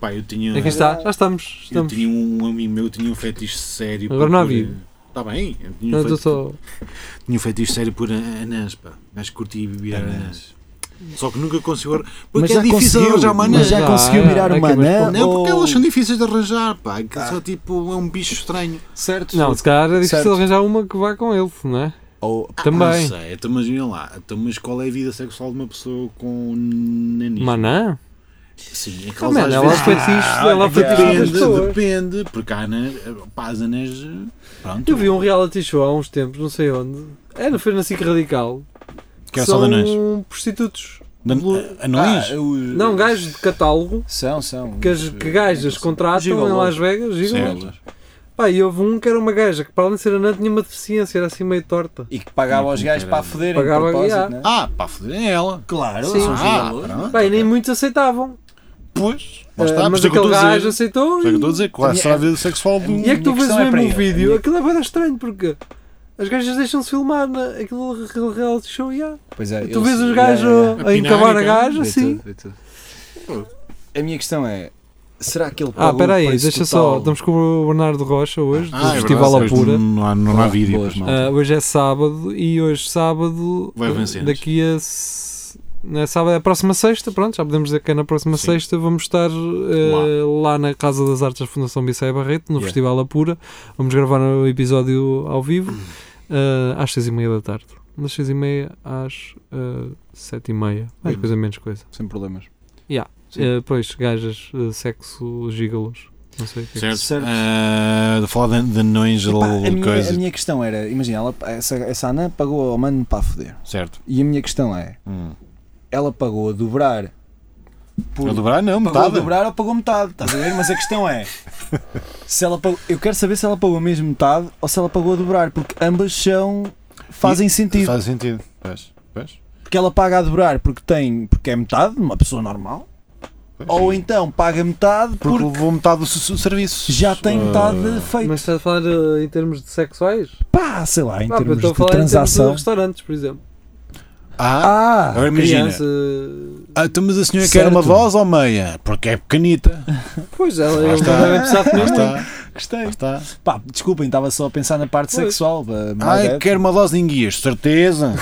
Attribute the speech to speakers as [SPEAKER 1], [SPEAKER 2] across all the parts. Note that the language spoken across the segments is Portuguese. [SPEAKER 1] Pá, eu tinha,
[SPEAKER 2] Aqui É está, já estamos.
[SPEAKER 1] eu
[SPEAKER 2] estamos.
[SPEAKER 1] tinha um amigo meu, tinha um fetiche sério.
[SPEAKER 2] Agora não há vídeo.
[SPEAKER 1] Está bem, eu tinha,
[SPEAKER 2] Não,
[SPEAKER 1] um
[SPEAKER 2] estou
[SPEAKER 1] fetiche,
[SPEAKER 2] só.
[SPEAKER 1] tinha um fetiche sério por an- anãs, pá. Mas curti beber anãs.
[SPEAKER 3] Anãs.
[SPEAKER 1] Só que nunca conseguiu.
[SPEAKER 3] Mas
[SPEAKER 1] Porque é
[SPEAKER 3] já
[SPEAKER 1] difícil
[SPEAKER 3] conseguiu,
[SPEAKER 1] arranjar uma anã.
[SPEAKER 3] mas já
[SPEAKER 2] Ah,
[SPEAKER 3] conseguiu
[SPEAKER 2] é,
[SPEAKER 3] virar
[SPEAKER 2] é
[SPEAKER 3] uma
[SPEAKER 2] que é mais
[SPEAKER 3] anã?
[SPEAKER 2] pouco.
[SPEAKER 1] Não, porque
[SPEAKER 3] ou-
[SPEAKER 1] elas são difíceis de arranjar, pá. Que
[SPEAKER 2] Ah.
[SPEAKER 1] só tipo é um bicho estranho.
[SPEAKER 3] Certo?
[SPEAKER 2] Não, se calhar é difícil
[SPEAKER 3] Certo.
[SPEAKER 2] arranjar uma que vá com ele, não é?
[SPEAKER 3] Ou-
[SPEAKER 1] Não
[SPEAKER 2] Também.
[SPEAKER 1] sei, então, mas imagina lá. Então, mas qual é a vida sexual de uma pessoa com nanismo?
[SPEAKER 2] Manã?
[SPEAKER 1] Sim, é que
[SPEAKER 2] Ah,
[SPEAKER 1] elas
[SPEAKER 2] mano,
[SPEAKER 1] às
[SPEAKER 2] ela
[SPEAKER 1] vezes- Ah,
[SPEAKER 2] faz isto, ela
[SPEAKER 3] olha,
[SPEAKER 2] faz isto das
[SPEAKER 1] Depende,
[SPEAKER 2] pessoas.
[SPEAKER 1] depende, porque há anãs, eh, pá, as anãs, eh, pronto.
[SPEAKER 2] Eu vi um reality show há uns tempos, não sei onde. Era, foi na SIC Radical.
[SPEAKER 1] Que era só de anões.
[SPEAKER 2] São prostitutos.
[SPEAKER 1] Dan- Anões?
[SPEAKER 3] Ah, os-
[SPEAKER 2] Não, gajos de catálogo
[SPEAKER 3] São, são.
[SPEAKER 2] que, as, que gajas contratam em
[SPEAKER 3] Gigolô.
[SPEAKER 2] Las Vegas. gigolos.
[SPEAKER 1] Certo.
[SPEAKER 2] Pá, e houve um que era uma gaja que, para além de ser anã, tinha uma deficiência, era assim meio torta.
[SPEAKER 3] E que pagava
[SPEAKER 1] Como
[SPEAKER 3] aos gajos para
[SPEAKER 1] caralho.
[SPEAKER 3] a foderem de
[SPEAKER 2] Pagava,
[SPEAKER 3] propósito,
[SPEAKER 2] yeah.
[SPEAKER 3] né?
[SPEAKER 1] Ah, pá, foder é ela.
[SPEAKER 3] Claro,
[SPEAKER 2] Sim.
[SPEAKER 3] são
[SPEAKER 1] Ah,
[SPEAKER 3] gigolos.
[SPEAKER 1] pronto.
[SPEAKER 2] Pá, e nem muitos aceitavam.
[SPEAKER 1] Pois, lá
[SPEAKER 3] eh,
[SPEAKER 2] Ah,
[SPEAKER 1] está, por
[SPEAKER 2] mas
[SPEAKER 1] isso é que eu
[SPEAKER 2] aquele
[SPEAKER 1] estou a
[SPEAKER 2] gajo
[SPEAKER 1] dizer.
[SPEAKER 2] aceitou.
[SPEAKER 1] Por isso é que eu estou a
[SPEAKER 2] E,
[SPEAKER 1] dizer, qual é que será a vida sexual do.
[SPEAKER 2] e é que tu
[SPEAKER 3] Minha
[SPEAKER 2] vês
[SPEAKER 3] questão é
[SPEAKER 2] mesmo
[SPEAKER 3] para
[SPEAKER 2] o
[SPEAKER 3] ele.
[SPEAKER 2] vídeo,
[SPEAKER 3] Minha-
[SPEAKER 2] aquilo é bem estranho porque as gajas deixam-se filmar naquele aquele reality show. Yeah.
[SPEAKER 3] Pois
[SPEAKER 2] Tu
[SPEAKER 3] é, eles-
[SPEAKER 2] vês os
[SPEAKER 3] yeah,
[SPEAKER 2] gajos
[SPEAKER 3] yeah, yeah.
[SPEAKER 2] a, a
[SPEAKER 1] Apinar,
[SPEAKER 2] encavar a
[SPEAKER 1] então.
[SPEAKER 2] gaja,
[SPEAKER 3] Vê
[SPEAKER 2] assim.
[SPEAKER 3] tudo, vê tudo. A minha questão é: será que ele
[SPEAKER 2] Ah,
[SPEAKER 3] pagou
[SPEAKER 2] espera
[SPEAKER 3] o
[SPEAKER 2] aí,
[SPEAKER 3] preço
[SPEAKER 2] deixa
[SPEAKER 3] total?
[SPEAKER 2] só. Estamos com o Bernardo Rocha hoje, do
[SPEAKER 1] Ah, é
[SPEAKER 2] Festival
[SPEAKER 1] verdade,
[SPEAKER 2] Apura.
[SPEAKER 1] Não há, não há
[SPEAKER 3] Claro,
[SPEAKER 1] vídeo.
[SPEAKER 3] boas,
[SPEAKER 1] pois.
[SPEAKER 3] mal.
[SPEAKER 2] Ah, hoje é sábado e hoje sábado
[SPEAKER 1] Vai haver
[SPEAKER 2] ah,
[SPEAKER 1] cenas.
[SPEAKER 2] daqui a s- não é sábado, é a próxima sexta, pronto, já podemos dizer que é na próxima
[SPEAKER 1] Sim.
[SPEAKER 2] sexta, vamos estar ah, lá. na Casa das Artes da Fundação Bissai Barreto, no
[SPEAKER 3] Yeah.
[SPEAKER 2] Festival Apura, vamos gravar o episódio ao vivo ah, às seis e meia da tarde, das seis e meia às ah, sete e meia, mais
[SPEAKER 3] Hum.
[SPEAKER 2] coisa menos coisa.
[SPEAKER 3] Sem problemas. Sim.
[SPEAKER 2] Ah, pois, gajas, ah, sexo, gigalos, não sei o que é.
[SPEAKER 1] Eh, Certo.
[SPEAKER 3] Certo.
[SPEAKER 1] Ah, de falar de, de anões,
[SPEAKER 3] Epá, a,
[SPEAKER 1] de
[SPEAKER 3] minha, a
[SPEAKER 1] coisa.
[SPEAKER 3] minha questão era: imagina, ela, essa, essa anã pagou ao mano para a foder.
[SPEAKER 1] Certo.
[SPEAKER 3] E a minha questão é:
[SPEAKER 1] Hum.
[SPEAKER 3] ela pagou a dobrar. Por,
[SPEAKER 1] A dobrar, não,
[SPEAKER 3] pagou a
[SPEAKER 1] metade.
[SPEAKER 3] dobrar ou pagou metade? Estás a ver? Mas a questão é: se ela pagou, eu quero saber se ela pagou mesmo metade ou se ela pagou a dobrar, porque ambas são. fazem sentido.
[SPEAKER 1] Faz sentido. Pois, pois.
[SPEAKER 3] Porque ela paga a dobrar porque tem. porque é metade, uma pessoa normal.
[SPEAKER 1] pois.
[SPEAKER 3] Ou então paga metade
[SPEAKER 1] Porque
[SPEAKER 3] porque
[SPEAKER 1] levou metade do su- serviço.
[SPEAKER 3] já tem metade
[SPEAKER 1] Ah,
[SPEAKER 3] feito.
[SPEAKER 2] Mas estás a falar ah, em termos de sexuais?
[SPEAKER 3] Pá, sei lá, em
[SPEAKER 2] Ah, eu
[SPEAKER 3] termos
[SPEAKER 2] estou a
[SPEAKER 3] de
[SPEAKER 2] falar em termos de
[SPEAKER 3] transação.
[SPEAKER 2] restaurantes, por exemplo.
[SPEAKER 1] Ah,
[SPEAKER 3] Ah!
[SPEAKER 1] agora imagina.
[SPEAKER 2] Criança,
[SPEAKER 1] Ah, então, mas a senhora quer uma
[SPEAKER 3] Certo.
[SPEAKER 1] voz ou meia? Porque é pequenita.
[SPEAKER 2] Pois, ela
[SPEAKER 1] Lá
[SPEAKER 2] ele
[SPEAKER 1] está.
[SPEAKER 2] deve precisar de
[SPEAKER 1] Lá
[SPEAKER 2] mim.
[SPEAKER 1] está,
[SPEAKER 3] Gostei.
[SPEAKER 1] lá está.
[SPEAKER 3] Pá, desculpem, estava só a pensar na parte
[SPEAKER 2] Pois.
[SPEAKER 3] sexual. uh, my
[SPEAKER 1] Ai,
[SPEAKER 3] bad.
[SPEAKER 1] quero uma dose de enguias, certeza.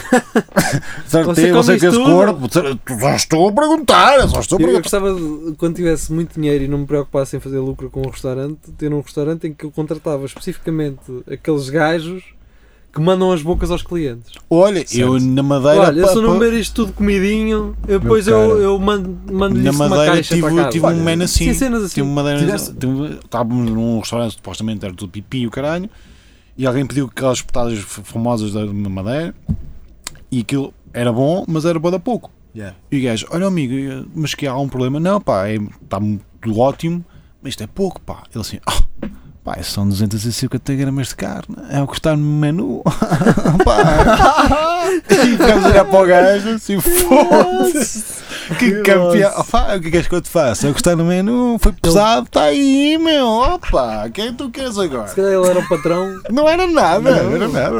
[SPEAKER 1] certeza,
[SPEAKER 2] come
[SPEAKER 1] você
[SPEAKER 2] isso
[SPEAKER 1] que esse
[SPEAKER 2] tudo?
[SPEAKER 1] corpo. cer- Só estou a perguntar, só estou a
[SPEAKER 2] Eu, eu
[SPEAKER 1] perguntar.
[SPEAKER 2] gostava de, quando tivesse muito dinheiro e não me preocupasse em fazer lucro com um restaurante, ter um restaurante em que eu contratava especificamente aqueles gajos que mandam as bocas aos clientes.
[SPEAKER 1] Olha,
[SPEAKER 3] Certo.
[SPEAKER 1] eu na madeira.
[SPEAKER 2] Olha, eu um
[SPEAKER 1] pá,
[SPEAKER 2] se eu
[SPEAKER 1] pá,
[SPEAKER 2] não beber isto tudo comidinho, eu depois
[SPEAKER 3] cara.
[SPEAKER 2] eu, eu mando- mando-lhe
[SPEAKER 1] na
[SPEAKER 2] isso numa
[SPEAKER 1] madeira
[SPEAKER 2] caixa para
[SPEAKER 1] tive,
[SPEAKER 2] casa.
[SPEAKER 1] tive
[SPEAKER 3] Olha,
[SPEAKER 1] um man assim.
[SPEAKER 2] Sim, cenas assim.
[SPEAKER 1] Tive uma madeira.
[SPEAKER 3] Tiveste-
[SPEAKER 1] tive- Estávamos num restaurante supostamente era tudo pipi e o caralho. E alguém pediu aquelas petadas f- famosas da na madeira. E aquilo era bom, mas era bom da pouco.
[SPEAKER 3] Yeah.
[SPEAKER 1] E o gajo, olha amigo, eh, mas que há um problema. Não, pá, está tudo ótimo, mas isto é pouco, pá. Ele assim, "Ah, pá, são 250 gramas de carne, é o que está no menu. pá. e ficamos a olhar para o gajo, assim, foda-se. Que campeão, "Ah,
[SPEAKER 3] nossa.
[SPEAKER 1] Pá, o que queres que eu te faça? É o que está no menu, foi pesado, está aí, meu, opa, quem tu queres
[SPEAKER 2] Se
[SPEAKER 1] agora?
[SPEAKER 2] calhar ele era o patrão.
[SPEAKER 1] Não era nada, não era nada,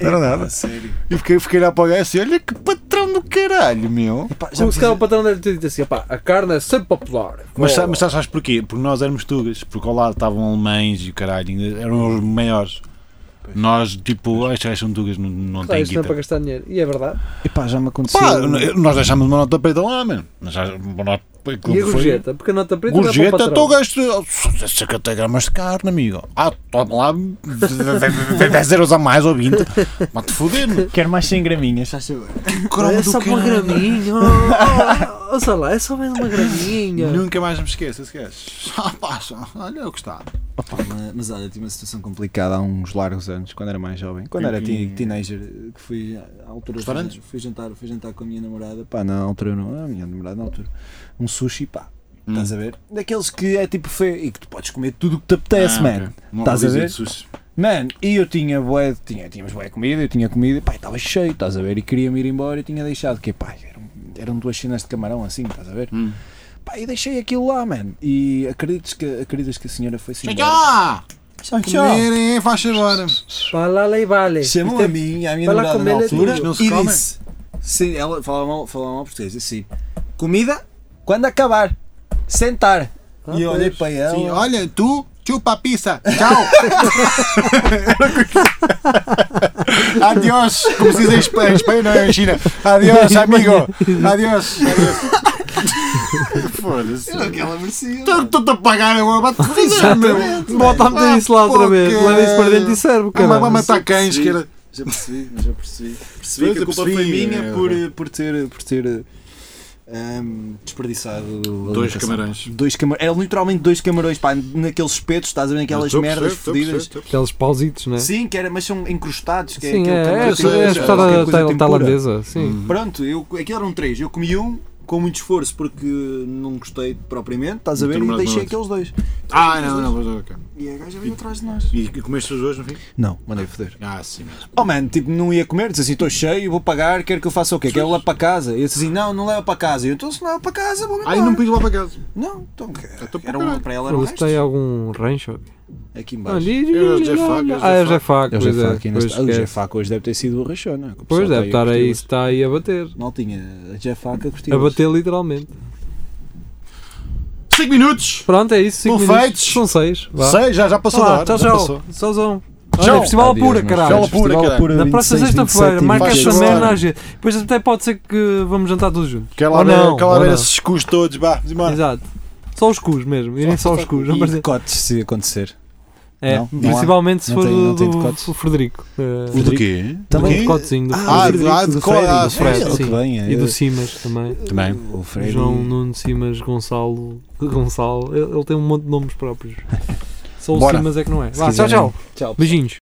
[SPEAKER 1] não era nada.
[SPEAKER 3] sério.
[SPEAKER 1] E fiquei, fiquei lá para o gajo assim, olha que patrão do caralho, meu.
[SPEAKER 3] Epá, já
[SPEAKER 2] Se
[SPEAKER 3] precisa-
[SPEAKER 2] calhar o patrão deve ter dito assim: "Epá, a carne é sempre popular.
[SPEAKER 1] Mas, sa- mas sabes porquê? Porque nós éramos tugas, porque ao lado estavam alemães e o caralho, ainda eram os maiores. Nós, tipo, estes gajos são tugas, não, não
[SPEAKER 2] Ah,
[SPEAKER 1] têm
[SPEAKER 2] isto não é
[SPEAKER 1] guita.
[SPEAKER 2] para gastar dinheiro. E é verdade.
[SPEAKER 3] Epá, já me aconteceu.
[SPEAKER 1] Pá, n- nós deixámos uma nota preta lá, mano. Nós, já- nós,
[SPEAKER 2] E a gorjeta? Porque a nota preta não é para
[SPEAKER 1] Gorjeta,
[SPEAKER 2] o
[SPEAKER 1] estou
[SPEAKER 2] patrão.
[SPEAKER 1] gasto 50 gramas de carne, amigo. Ah, toma lá, 10 euros a mais ou 20. Mate foder-me.
[SPEAKER 3] Quero mais 100 graminhas, já sei.
[SPEAKER 1] Croma
[SPEAKER 2] é
[SPEAKER 1] do
[SPEAKER 2] só uma
[SPEAKER 1] caralho.
[SPEAKER 2] graminha. Oh, oh, oh, sei lá, é só mais uma graminha.
[SPEAKER 1] Nunca mais me esqueço, esse gajo. Ah, pá, só- olha o que está.
[SPEAKER 3] Mas olha, tive uma situação complicada há uns largos anos, quando era mais jovem. Quando era
[SPEAKER 1] Enfim.
[SPEAKER 3] teen- teenager, que fui à altura.
[SPEAKER 1] Restaurantes?
[SPEAKER 3] Fui jantar, fui jantar com a minha namorada. Pá, na altura não, a minha namorada na altura. Um sushi, pá. Estás a ver? Daqueles que é tipo feio e que tu podes comer tudo o que
[SPEAKER 1] Ah,
[SPEAKER 3] te apetece, man. Estás a ver? Mano, e eu tinha bué, tinha, tínhamos bué comida, eu tinha comida, pá, estava cheio, estás a ver, e queria-me ir embora e tinha deixado, que pá, eram, eram duas cenas de camarão assim, estás a ver,
[SPEAKER 1] Hum.
[SPEAKER 3] pá, e deixei aquilo lá, mano, e acreditas que, acreditas que a senhora assim, foi-se embora?
[SPEAKER 1] Tchau!
[SPEAKER 3] Tchau,
[SPEAKER 1] Comerem, faz agora.
[SPEAKER 2] Fala lá e vale.
[SPEAKER 3] Chamou a mim, à minha
[SPEAKER 2] Vai lá
[SPEAKER 3] namorada
[SPEAKER 2] comer
[SPEAKER 3] na altura,
[SPEAKER 1] latinhas, não se
[SPEAKER 3] e
[SPEAKER 1] comem.
[SPEAKER 3] disse, sim, ela falava mal, falava mal português, assim, comida, quando acabar, sentar,
[SPEAKER 2] Ah,
[SPEAKER 3] e eu olhei
[SPEAKER 2] pois.
[SPEAKER 3] para ela.
[SPEAKER 1] Sim, olha, tu, chupa a pizza, tchau! Adiós, como se diz em Espanha, em Espanha não é em China. Adiós, amigo! Adiós! Adiós. Foda-se.
[SPEAKER 4] Era o que ela merecia.
[SPEAKER 1] Estou-te a pagar uma batida,
[SPEAKER 2] Exatamente. Bota-me
[SPEAKER 1] Ah,
[SPEAKER 2] isso lá outra
[SPEAKER 1] pô,
[SPEAKER 2] vez.
[SPEAKER 1] que-
[SPEAKER 2] Leva isso para dentro e serve,
[SPEAKER 1] Vai vai
[SPEAKER 2] caralho.
[SPEAKER 1] matar cães, que era.
[SPEAKER 3] Já percebi, mas já percebi. Percebi
[SPEAKER 1] Pois,
[SPEAKER 3] que a
[SPEAKER 1] eu
[SPEAKER 3] culpa
[SPEAKER 1] percebi,
[SPEAKER 3] foi minha
[SPEAKER 1] é,
[SPEAKER 3] por,
[SPEAKER 1] é.
[SPEAKER 3] por ter, por ter ahm, desperdiçado a
[SPEAKER 1] Dois
[SPEAKER 3] alimentação.
[SPEAKER 1] camarões.
[SPEAKER 3] Dois camar... Era literalmente dois camarões, pá, naqueles espetos, estás a ver, naquelas
[SPEAKER 1] Estou a perceber,
[SPEAKER 3] merdas
[SPEAKER 1] estou a perceber,
[SPEAKER 3] fodidas.
[SPEAKER 1] estou a perceber.
[SPEAKER 2] Aqueles pausitos, né?
[SPEAKER 3] Sim, que era, mas são encrustados, que é
[SPEAKER 2] Sim,
[SPEAKER 3] aquele
[SPEAKER 2] é, é,
[SPEAKER 3] camarão que tem-
[SPEAKER 2] é a
[SPEAKER 3] qualquer
[SPEAKER 2] história
[SPEAKER 3] coisa
[SPEAKER 2] tal-
[SPEAKER 3] Hum. tempura. Uhum.
[SPEAKER 2] tailandesa. Sim.
[SPEAKER 3] Pronto, eu, aquilo eram três, eu comi um com muito esforço porque não gostei propriamente, estás a
[SPEAKER 1] Muito
[SPEAKER 3] ver, e
[SPEAKER 1] demorado
[SPEAKER 3] deixei
[SPEAKER 1] muito.
[SPEAKER 3] aqueles dois.
[SPEAKER 1] Ah, não, não, mas ok.
[SPEAKER 3] E a gaja veio atrás de nós.
[SPEAKER 1] E comeste os dois no fim?
[SPEAKER 3] Não, mandei foder.
[SPEAKER 1] Ah, sim. mesmo.
[SPEAKER 3] Oh mano, tipo, não ia comer, disse assim, estou cheio, vou pagar, quero que eu faça o quê? Quero levar para casa. E eu disse assim, não, não leva para casa. E eu, então se não leva para casa, vou
[SPEAKER 1] Ah,
[SPEAKER 3] embora.
[SPEAKER 1] e não pedi lá para casa.
[SPEAKER 3] Não, então,
[SPEAKER 1] Então,
[SPEAKER 3] era
[SPEAKER 1] caralho.
[SPEAKER 3] um, para ela era um
[SPEAKER 2] Eles têm
[SPEAKER 3] resto.
[SPEAKER 2] algum rancho? Ah,
[SPEAKER 3] Aqui
[SPEAKER 2] Não,
[SPEAKER 3] embaixo.
[SPEAKER 2] diz-
[SPEAKER 1] É o Jefac, é o
[SPEAKER 2] Ah, é
[SPEAKER 1] Jefac.
[SPEAKER 2] o Jefac,
[SPEAKER 3] É o
[SPEAKER 2] pois é,
[SPEAKER 3] Jefac,
[SPEAKER 2] pois
[SPEAKER 3] neste- o
[SPEAKER 2] esquece.
[SPEAKER 3] Jefac hoje deve ter sido o rachona. que o pessoal
[SPEAKER 2] Pois
[SPEAKER 3] está
[SPEAKER 2] deve estar
[SPEAKER 3] a
[SPEAKER 2] aí,
[SPEAKER 3] curtir-se.
[SPEAKER 2] está aí a bater.
[SPEAKER 3] Não tinha, a Jefac a curtir.
[SPEAKER 2] A bater literalmente.
[SPEAKER 1] 5 minutos!
[SPEAKER 2] Pronto, é isso. cinco
[SPEAKER 1] Não
[SPEAKER 2] minutos.
[SPEAKER 1] feites.
[SPEAKER 2] São seis. Vá.
[SPEAKER 1] Sei, já, já passou da
[SPEAKER 2] Olá,
[SPEAKER 1] hora.
[SPEAKER 3] então
[SPEAKER 2] tchau,
[SPEAKER 1] já
[SPEAKER 2] tchau.
[SPEAKER 1] passou.
[SPEAKER 2] Tchauzão.
[SPEAKER 1] Tchau.
[SPEAKER 2] Olha, festival
[SPEAKER 3] Adeus,
[SPEAKER 2] pura,
[SPEAKER 3] meus
[SPEAKER 2] caralho.
[SPEAKER 1] Festival pura, caralho.
[SPEAKER 2] Na próxima sexta-feira, marca esta
[SPEAKER 1] 26 de
[SPEAKER 2] merda
[SPEAKER 1] setembro.
[SPEAKER 2] às vezes. Depois até pode ser que vamos jantar todos juntos.
[SPEAKER 1] Quer lá
[SPEAKER 2] Ou
[SPEAKER 1] ver,
[SPEAKER 2] não,
[SPEAKER 1] quer lá
[SPEAKER 2] ou
[SPEAKER 1] ver
[SPEAKER 2] não.
[SPEAKER 1] esses cus todos, vá, vamos embora.
[SPEAKER 2] Exato. Só os cus mesmo, irem só os cus. não
[SPEAKER 3] E
[SPEAKER 2] parece-
[SPEAKER 3] decotes, se acontecer.
[SPEAKER 2] É,
[SPEAKER 3] Não, não há.
[SPEAKER 2] principalmente se
[SPEAKER 3] Não
[SPEAKER 2] for
[SPEAKER 3] tem- não
[SPEAKER 2] do,
[SPEAKER 3] tem
[SPEAKER 2] do-
[SPEAKER 3] decotes.
[SPEAKER 2] do Frederico.
[SPEAKER 1] O
[SPEAKER 2] Eh,
[SPEAKER 1] do quê?
[SPEAKER 3] Também
[SPEAKER 1] Do quê?
[SPEAKER 2] um decotezinho do
[SPEAKER 1] Ah,
[SPEAKER 2] Frederico.
[SPEAKER 1] ah, de cor, ah,
[SPEAKER 2] do Fred,
[SPEAKER 3] é, ele
[SPEAKER 2] sim.
[SPEAKER 3] que vem, é.
[SPEAKER 2] E do Simas também.
[SPEAKER 1] Também.
[SPEAKER 3] O Freddy.
[SPEAKER 2] João Nuno Simas Gonçalo. Gonçalo. Ele, ele tem um monte de nomes próprios. Só o
[SPEAKER 1] Bora.
[SPEAKER 2] Simas é que não é.
[SPEAKER 3] Se
[SPEAKER 2] Vá, tchau,
[SPEAKER 3] quiserem-
[SPEAKER 2] tchau.
[SPEAKER 3] Tchau.
[SPEAKER 2] Beijinhos.